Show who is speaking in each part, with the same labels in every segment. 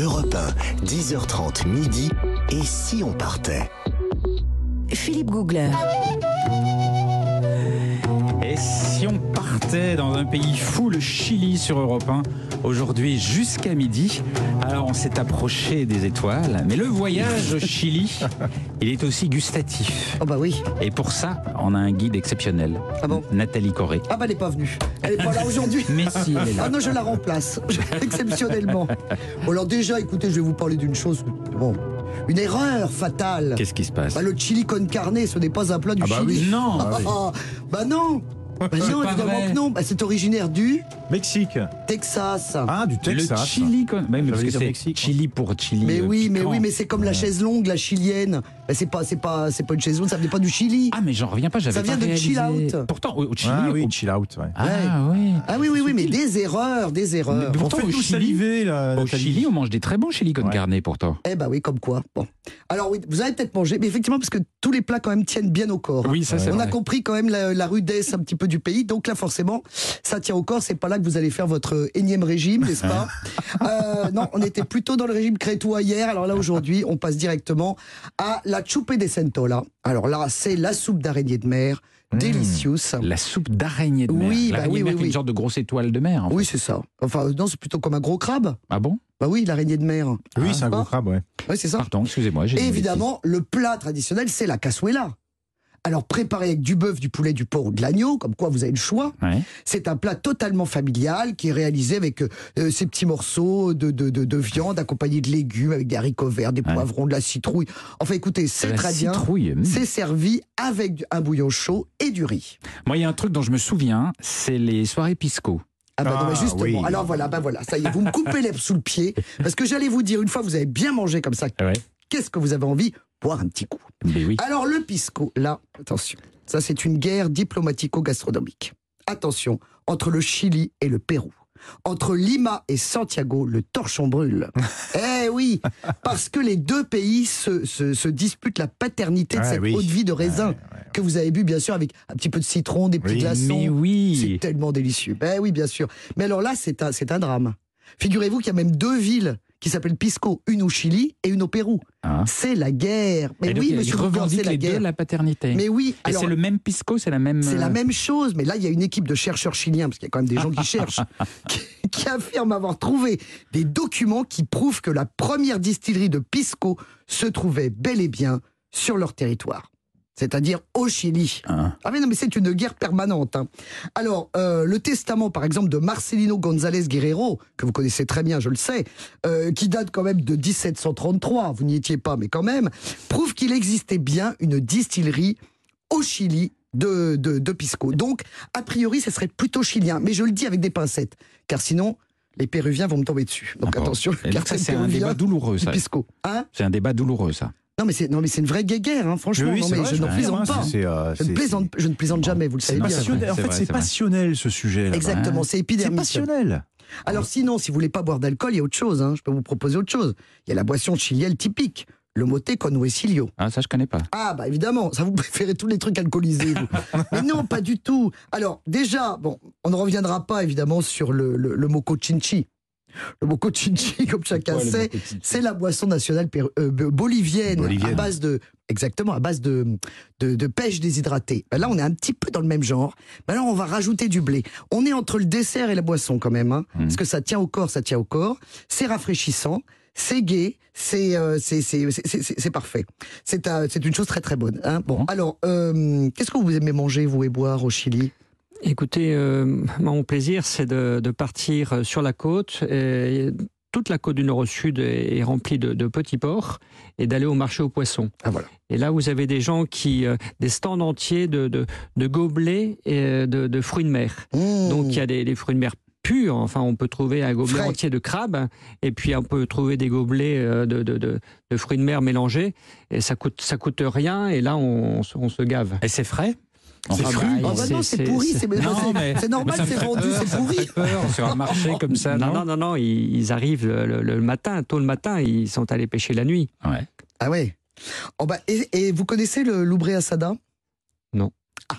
Speaker 1: Europe 1, 10h30 midi. Et si on partait
Speaker 2: Philippe Googler.
Speaker 3: Et si on partait dans un pays fou, le Chili sur Europe 1, aujourd'hui jusqu'à midi Alors on s'est approché des étoiles, mais le voyage au Chili, il est aussi gustatif.
Speaker 4: Oh bah oui.
Speaker 3: Et pour ça, on a un guide exceptionnel.
Speaker 4: Ah bon
Speaker 3: Nathalie Corré.
Speaker 4: Ah bah elle n'est pas venue. Elle n'est pas là aujourd'hui.
Speaker 3: Mais si, elle est là.
Speaker 4: Ah non, je la remplace, exceptionnellement. Bon, alors déjà, écoutez, je vais vous parler d'une chose, bon, une erreur fatale.
Speaker 3: Qu'est-ce qui se passe
Speaker 4: Bah, le chili con carne, ce n'est pas un plat du
Speaker 3: Ah bah
Speaker 4: Chili.
Speaker 3: oui. Non.
Speaker 4: Ah, ah, bah non. Bah non,
Speaker 3: pas
Speaker 4: évidemment
Speaker 3: vrai.
Speaker 4: que non. Bah, c'est originaire du
Speaker 5: Mexique.
Speaker 4: Texas.
Speaker 5: Ah, du Texas.
Speaker 3: Le Chili, quand même, parce
Speaker 5: veut
Speaker 3: que
Speaker 5: dire
Speaker 3: c'est
Speaker 5: Mexique,
Speaker 3: Chili pour Chili.
Speaker 4: mais
Speaker 3: euh,
Speaker 4: oui, mais
Speaker 3: piquant.
Speaker 4: oui, mais c'est comme la chaise longue, la chilienne. Bah, c'est pas, c'est pas, c'est pas une chaise longue. Ça vient pas du Chili.
Speaker 3: Ah, mais j'en reviens pas, j'avais
Speaker 4: Ça vient
Speaker 3: pas
Speaker 4: de
Speaker 3: réalisé.
Speaker 4: chill out.
Speaker 3: Pourtant, au au Chili.
Speaker 5: Ah oui,
Speaker 3: au-
Speaker 5: chill out. Ouais.
Speaker 3: Ah oui.
Speaker 4: Ah oui, oui, oui, mais des erreurs, des erreurs.
Speaker 3: Mais
Speaker 5: On
Speaker 3: pourtant,
Speaker 5: fait
Speaker 3: au
Speaker 5: tout
Speaker 3: Chili,
Speaker 5: saliver, là.
Speaker 3: au
Speaker 5: Nathalie.
Speaker 3: Chili, on mange des très bons chili con
Speaker 5: Ouais.
Speaker 3: carne, pourtant.
Speaker 4: Eh bah oui, comme quoi. Bon. Alors oui, vous avez peut-être mangé, mais effectivement, parce que tous les plats quand même tiennent bien au corps. hein.
Speaker 3: Oui, ça, c'est
Speaker 4: On a
Speaker 3: vrai.
Speaker 4: compris quand même la, la rudesse un petit peu du pays, donc là forcément, ça tient au corps. C'est pas là que vous allez faire votre énième régime, n'est-ce pas Euh, Non, on était plutôt dans le régime crétois hier. Alors là aujourd'hui, on passe directement à la chupe de centola. Alors là, c'est la soupe d'araignée de mer,
Speaker 5: Mmh.
Speaker 4: délicieuse.
Speaker 3: La soupe d'araignée de mer.
Speaker 4: Ah Oui, bah
Speaker 3: l'araignée
Speaker 4: oui,
Speaker 3: de mer
Speaker 4: oui,
Speaker 3: qui est
Speaker 4: oui.
Speaker 3: une sorte de grosse étoile de mer. en fait.
Speaker 4: Oui, c'est ça. Enfin, non, c'est plutôt comme un gros crabe.
Speaker 3: Ah bon
Speaker 4: Bah oui, l'araignée de mer.
Speaker 5: Oui, c'est un gros crabe, ouais.
Speaker 4: Oui, c'est ça.
Speaker 3: Pardon, excusez-moi. j'ai
Speaker 4: Et
Speaker 3: dit une
Speaker 4: évidemment, le plat traditionnel, c'est la cassouela. Alors préparé avec du bœuf, du poulet, du porc ou de l'agneau, comme quoi vous avez le choix.
Speaker 3: bêtise. Ouais.
Speaker 4: C'est un plat totalement familial qui est réalisé avec euh, ces petits morceaux de, de, de, de viande accompagnés de légumes, avec des haricots verts, des
Speaker 3: Ouais.
Speaker 4: poivrons, de la citrouille. Enfin écoutez, c'est
Speaker 3: La
Speaker 4: très bien.
Speaker 3: citrouille. mm.
Speaker 4: C'est servi avec du- un bouillon chaud et du riz.
Speaker 3: Moi, il y a un truc dont je me souviens, c'est les soirées pisco.
Speaker 4: Ah bah non,
Speaker 5: Ah,
Speaker 4: mais justement.
Speaker 5: oui.
Speaker 4: Alors voilà, bah voilà, ça y est, vous me coupez l'herbe sous le pied parce que j'allais vous dire une fois que vous avez bien mangé comme ça,
Speaker 3: Ah Ouais.
Speaker 4: qu'est-ce que vous avez envie Boire un petit coup.
Speaker 3: Mais oui.
Speaker 4: Alors le pisco, là, attention, ça c'est une guerre diplomatico-gastronomique. Attention, entre le Chili et le Pérou. Entre Lima et Santiago, le torchon brûle. eh oui, parce que les deux pays se, se- se disputent la paternité de
Speaker 5: Ouais,
Speaker 4: cette
Speaker 5: oui.
Speaker 4: eau de vie de raisin que vous avez bu, bien sûr, avec un petit peu de citron, des petits
Speaker 5: Oui,
Speaker 4: glaçons.
Speaker 3: Mais
Speaker 4: C'est
Speaker 3: oui.
Speaker 4: tellement délicieux. Ben oui, bien sûr. Mais alors là, c'est un, c'est un drame. Figurez-vous qu'il y a même deux villes qui s'appellent Pisco, une au Chili et une au Pérou.
Speaker 3: Hein
Speaker 4: C'est la guerre. Mais
Speaker 3: Et donc,
Speaker 4: oui,
Speaker 3: ils
Speaker 4: monsieur Boucan,
Speaker 3: revendiquent
Speaker 4: c'est la
Speaker 3: les deux
Speaker 4: guerre.
Speaker 3: la paternité.
Speaker 4: Mais oui,
Speaker 3: Et
Speaker 4: alors
Speaker 3: c'est le même pisco, c'est la même. euh,
Speaker 4: c'est la même chose, mais là il y a une équipe de chercheurs chiliens, parce qu'il y a quand même des gens qui cherchent, qui, qui affirment avoir trouvé des documents qui prouvent que la première distillerie de Pisco se trouvait bel et bien sur leur territoire, c'est-à-dire au Chili.
Speaker 3: Hein.
Speaker 4: Ah mais non, mais c'est une guerre permanente. hein. Alors, euh, le testament, par exemple, de Marcelino González Guerrero, que vous connaissez très bien, je le sais, euh, qui date quand même de 1733, vous n'y étiez pas, mais quand même, prouve qu'il existait bien une distillerie au Chili de, de, de Pisco. Donc, a priori, ce serait plutôt chilien, mais je le dis avec des pincettes, car sinon, les Péruviens vont me tomber dessus. Donc
Speaker 3: Ah bon.
Speaker 4: attention,
Speaker 3: Et
Speaker 4: car
Speaker 3: donc, ça, c'est un débat douloureux, ça.
Speaker 4: Pisco. Hein
Speaker 3: C'est un débat douloureux, ça.
Speaker 4: non, mais c'est non, mais c'est une vraie guéguerre, hein, franchement.
Speaker 5: Oui,
Speaker 4: non,
Speaker 5: c'est
Speaker 4: mais
Speaker 5: vrai,
Speaker 4: je
Speaker 5: c'est
Speaker 4: n'en
Speaker 5: vrai.
Speaker 4: plaisante
Speaker 5: C'est-
Speaker 4: pas.
Speaker 5: c'est, euh,
Speaker 4: Je ne
Speaker 5: c'est-
Speaker 4: plaisante, je ne plaisante jamais, vous le
Speaker 3: C'est
Speaker 4: savez bien.
Speaker 3: passionnel.
Speaker 5: Passionnel. En
Speaker 3: C'est
Speaker 5: fait,
Speaker 3: vrai,
Speaker 5: c'est
Speaker 3: c'est vrai.
Speaker 5: passionnel ce sujet. là-bas.
Speaker 4: Exactement, c'est
Speaker 5: C'est
Speaker 4: épidermique.
Speaker 5: passionnel.
Speaker 4: Alors sinon, si vous voulez pas boire d'alcool, il y a autre chose. hein. Je peux vous proposer autre chose. Il y a la boisson chilienne typique, le moté con huesillo.
Speaker 3: Ah, ça, je connais pas.
Speaker 4: Ah bah évidemment, ça vous préférez tous les trucs alcoolisés. vous. Mais non, pas du tout. Alors déjà, bon, on ne reviendra pas évidemment sur le, le, le moco chinchi. Le moco chinchi, comme chacun
Speaker 3: quoi, le
Speaker 4: sait,
Speaker 3: moco chinchi
Speaker 4: c'est la boisson nationale péru- euh, bo- bolivienne, à
Speaker 5: Bolivienne.
Speaker 4: base de exactement à base de, de, de pêche déshydratée. Ben là, on est un petit peu dans le même genre. Ben là, on va rajouter du blé. On est entre le dessert et la boisson quand même, hein,
Speaker 3: Mmh.
Speaker 4: parce que ça tient au corps, ça tient au corps. C'est rafraîchissant. C'est gai, c'est euh, c'est- c'est- c'est- c'est- c'est- c'est parfait. C'est un- c'est une chose très très bonne. hein. Bon,
Speaker 3: Bon.
Speaker 4: alors, euh, qu'est-ce que vous aimez manger, vous et boire au Chili
Speaker 6: Écoutez, euh, mon plaisir, c'est de, de partir euh, sur la côte. Et toute la côte du nord au sud est est remplie de, de petits ports et d'aller au marché aux poissons.
Speaker 4: Ah voilà.
Speaker 6: Et là, vous avez des gens qui, euh, des stands entiers de, de, de gobelets et euh, de, de fruits de mer. Donc, il y a des, des fruits de mer purs. Enfin, on peut trouver un gobelet
Speaker 4: Mmh. Frais.
Speaker 6: entier de crabe et puis on peut trouver des gobelets euh, de, de, de, de fruits de mer mélangés. Et ça coûte, ça coûte rien. Et là, on, se- on se gave.
Speaker 3: Et c'est frais
Speaker 5: C'est
Speaker 3: Ah,
Speaker 5: cru.
Speaker 3: bah,
Speaker 4: Ah bah
Speaker 6: Et c'est-
Speaker 4: non, c'est
Speaker 6: c'est-
Speaker 4: pourri,
Speaker 6: c'est-
Speaker 4: c'est
Speaker 3: Non,
Speaker 4: c'est-
Speaker 3: mais-
Speaker 4: c'est normal,
Speaker 3: mais ça me
Speaker 4: c'est
Speaker 3: fait
Speaker 4: vendu,
Speaker 3: peur,
Speaker 4: c'est
Speaker 3: ça me
Speaker 4: pourri.
Speaker 3: fait peur sur un
Speaker 4: Oh,
Speaker 3: marché comme ça,
Speaker 6: non,
Speaker 3: non,
Speaker 6: non, non, non, ils, ils arrivent le, le- le matin, tôt le matin, ils sont allés pêcher la nuit.
Speaker 3: Ouais.
Speaker 4: Ah ouais. Oh bah, et, et vous connaissez le Loubré Assada
Speaker 6: Non.
Speaker 4: Ah.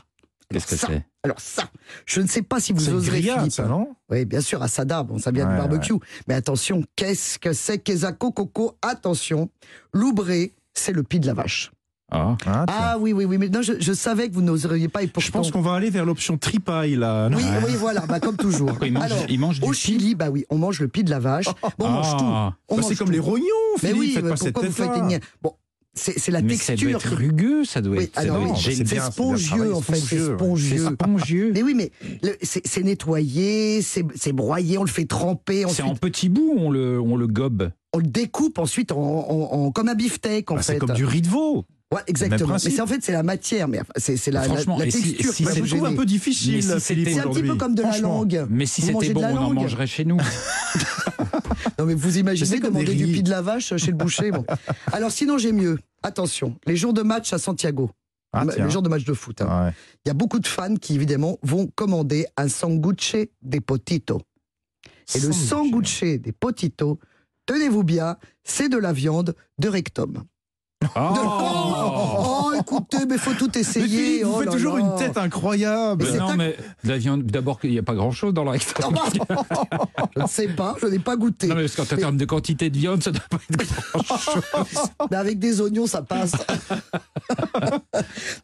Speaker 3: Qu'est-ce que
Speaker 4: ça,
Speaker 3: c'est
Speaker 4: alors ça, je ne sais pas si vous
Speaker 5: C'est une
Speaker 4: oserez,
Speaker 5: grillade,
Speaker 4: Philippe.
Speaker 5: ça, non
Speaker 4: Oui, bien sûr, Asada, bon, ça vient
Speaker 5: Ouais,
Speaker 4: du barbecue. Mais attention, qu'est-ce que c'est qu'Esako Coco Attention, l'oubré, c'est le pied de la vache.
Speaker 3: Ah.
Speaker 5: Hein, tiens.
Speaker 4: Ah oui, oui, oui, mais non, je, je savais que vous n'oseriez pas et pourtant...
Speaker 5: Je pense qu'on va aller vers l'option tripaille, là. non
Speaker 4: Oui, oui, voilà, bah, comme toujours.
Speaker 3: Pourquoi il mange,
Speaker 4: Alors,
Speaker 3: il mange du
Speaker 4: au
Speaker 3: pi-
Speaker 4: Chili, bah oui, on mange le pied de la vache. Bon, on mange tout.
Speaker 3: Ah.
Speaker 4: On
Speaker 5: Oh, Bah,
Speaker 4: mange
Speaker 5: c'est comme
Speaker 4: tout.
Speaker 5: les rognons,
Speaker 4: Mais
Speaker 5: Philippe,
Speaker 4: oui,
Speaker 5: faites
Speaker 4: mais
Speaker 5: pas cette
Speaker 4: pourquoi vous faites des
Speaker 5: tête-là.
Speaker 4: niais Bon, c'est c'est la
Speaker 3: Mais ça doit
Speaker 4: texture.
Speaker 3: être rugueux, ça doit
Speaker 4: Oui,
Speaker 3: être, ça
Speaker 4: alors,
Speaker 3: doit être
Speaker 5: ah non,
Speaker 3: génial.
Speaker 5: c'est
Speaker 4: c'est
Speaker 5: bien, c'est bien, ça va,
Speaker 4: spongieux
Speaker 5: c'est
Speaker 4: en fait, c'est
Speaker 5: spongieux, ouais.
Speaker 3: C'est
Speaker 4: spongieux.
Speaker 3: spongieux.
Speaker 4: Mais oui, mais le- c'est c'est nettoyé, c'est c'est broyé, on le fait tremper,
Speaker 3: C'est
Speaker 4: ensuite
Speaker 3: en petits bouts, on le, on le gobe.
Speaker 4: on le découpe ensuite en, en- en- comme un beefsteak en
Speaker 5: Bah,
Speaker 4: fait.
Speaker 5: C'est comme du riz de veau.
Speaker 4: Ouais, exactement. Mais
Speaker 5: principe.
Speaker 4: c'est en fait c'est la matière, mais enfin, c'est c'est la, la,
Speaker 3: Franchement,
Speaker 4: la
Speaker 3: et si-
Speaker 4: texture.
Speaker 3: si
Speaker 4: qui va
Speaker 5: Bah,
Speaker 3: c'est
Speaker 4: vous
Speaker 5: je le trouve un
Speaker 4: gêner.
Speaker 5: peu difficile,
Speaker 3: Mais si
Speaker 5: Philippe,
Speaker 3: c'était-
Speaker 4: C'est un petit
Speaker 5: aujourd'hui.
Speaker 4: peu comme de la
Speaker 5: Franchement.
Speaker 4: langue.
Speaker 3: Mais si
Speaker 4: Vous mangez
Speaker 3: c'était bon,
Speaker 4: de la
Speaker 3: on en
Speaker 4: langue.
Speaker 3: mangerait chez nous.
Speaker 4: Non mais vous
Speaker 5: C'est
Speaker 4: imaginez
Speaker 5: comme
Speaker 4: demander
Speaker 5: des
Speaker 4: du
Speaker 5: riz.
Speaker 4: pied de la vache chez le boucher. bon. Alors sinon j'ai mieux. Attention, les jours de match à Santiago,
Speaker 5: Ah,
Speaker 4: les
Speaker 5: tiens. Ah.
Speaker 4: jours de match de foot. hein.
Speaker 5: Ouais.
Speaker 4: Il y a beaucoup de fans qui, évidemment, vont commander un sanguche des potitos. Et le sanguche des potitos, tenez-vous bien, c'est de la viande de rectum.
Speaker 3: Ah.
Speaker 4: De-
Speaker 3: Oh
Speaker 4: Oh, écoutez, mais faut tout
Speaker 5: Mais
Speaker 4: essayer.
Speaker 5: Philippe, vous
Speaker 4: oh
Speaker 5: faites
Speaker 4: là
Speaker 5: toujours
Speaker 4: là.
Speaker 5: une tête incroyable.
Speaker 4: Mais c'est
Speaker 3: non,
Speaker 4: un-
Speaker 3: mais la viande, d'abord, il n'y a pas grand-chose dans le rectum.
Speaker 4: Non, bah je ne sais pas, je n'ai pas goûté.
Speaker 3: Non, mais parce qu'en termes de quantité de viande, ça doit pas être grand-chose.
Speaker 4: Mais avec des oignons, ça passe.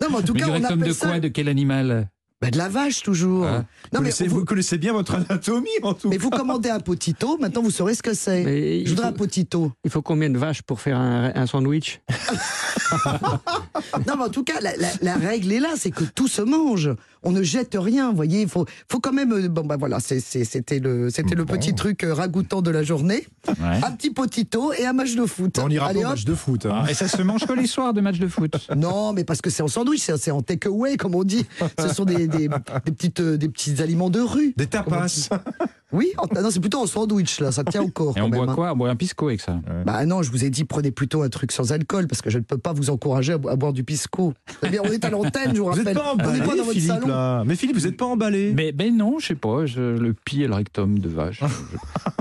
Speaker 4: non, mais en tout
Speaker 3: Mais
Speaker 4: cas,
Speaker 3: du
Speaker 4: on
Speaker 3: rectum
Speaker 4: appelle
Speaker 3: de
Speaker 4: ça
Speaker 3: quoi De quel animal
Speaker 4: Bah, de la vache toujours.
Speaker 3: Ah.
Speaker 4: non, mais
Speaker 5: Hein Vous connaissez-
Speaker 4: vous,
Speaker 5: vous connaissez bien votre anatomie, en tout
Speaker 4: mais
Speaker 5: cas.
Speaker 4: vous commandez un potito, maintenant vous saurez ce que c'est.
Speaker 6: Mais
Speaker 4: Je
Speaker 6: il, faut,
Speaker 4: voudrais un potito.
Speaker 6: il faut combien de vaches pour faire un, un sandwich
Speaker 4: Non, mais en tout cas, la, la- la règle est là, c'est que tout se mange. On ne jette rien, vous voyez. Il faut, faut quand même. euh, Bon, bah voilà, c'est- c'est- c'était le, c'était le petit truc euh, ragoûtant de la journée.
Speaker 3: Ouais.
Speaker 4: Un petit potito et un match de foot.
Speaker 5: On ira
Speaker 4: Allez,
Speaker 5: pas au
Speaker 4: hop.
Speaker 5: match de foot. hein.
Speaker 3: Ah, Et ça se mange que les soirs de matchs de foot.
Speaker 4: Non, mais parce que c'est en sandwich, c'est c'est en take-away, comme on dit. Ce sont des, des, des petites, euh, des petits aliments de rue.
Speaker 5: Des tapas.
Speaker 4: Oui, en- ah non, c'est plutôt en sandwich, là, ça tient au corps.
Speaker 3: Et
Speaker 4: quand
Speaker 3: on
Speaker 4: même,
Speaker 3: boit
Speaker 4: hein.
Speaker 3: quoi On boit un pisco avec ça.
Speaker 4: Bah non, je vous ai dit, prenez plutôt un truc sans alcool, parce que je ne peux pas vous encourager à, bo- à boire du pisco. Eh bien, on est à l'antenne, je vous
Speaker 5: Vous
Speaker 4: rappelle.
Speaker 5: n'êtes pas
Speaker 4: on n'est
Speaker 5: emballé,
Speaker 4: pas dans votre
Speaker 5: Philippe,
Speaker 4: salon.
Speaker 5: là. Mais Philippe, vous n'êtes pas emballé.
Speaker 3: Mais ben non, je sais pas, je- le pis et le rectum de vache. Je-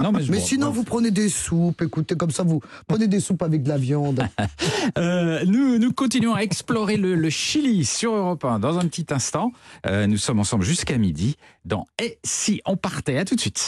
Speaker 3: Non, mais, je-
Speaker 4: Mais
Speaker 3: bon,
Speaker 4: sinon,
Speaker 3: bon.
Speaker 4: vous prenez des soupes, écoutez, comme ça, vous prenez des soupes avec de la viande.
Speaker 3: Euh, nous, nous continuons à explorer le, le Chili sur Europe 1 dans un petit instant. Euh, nous sommes ensemble jusqu'à midi dans Et si on partait À tout de suite.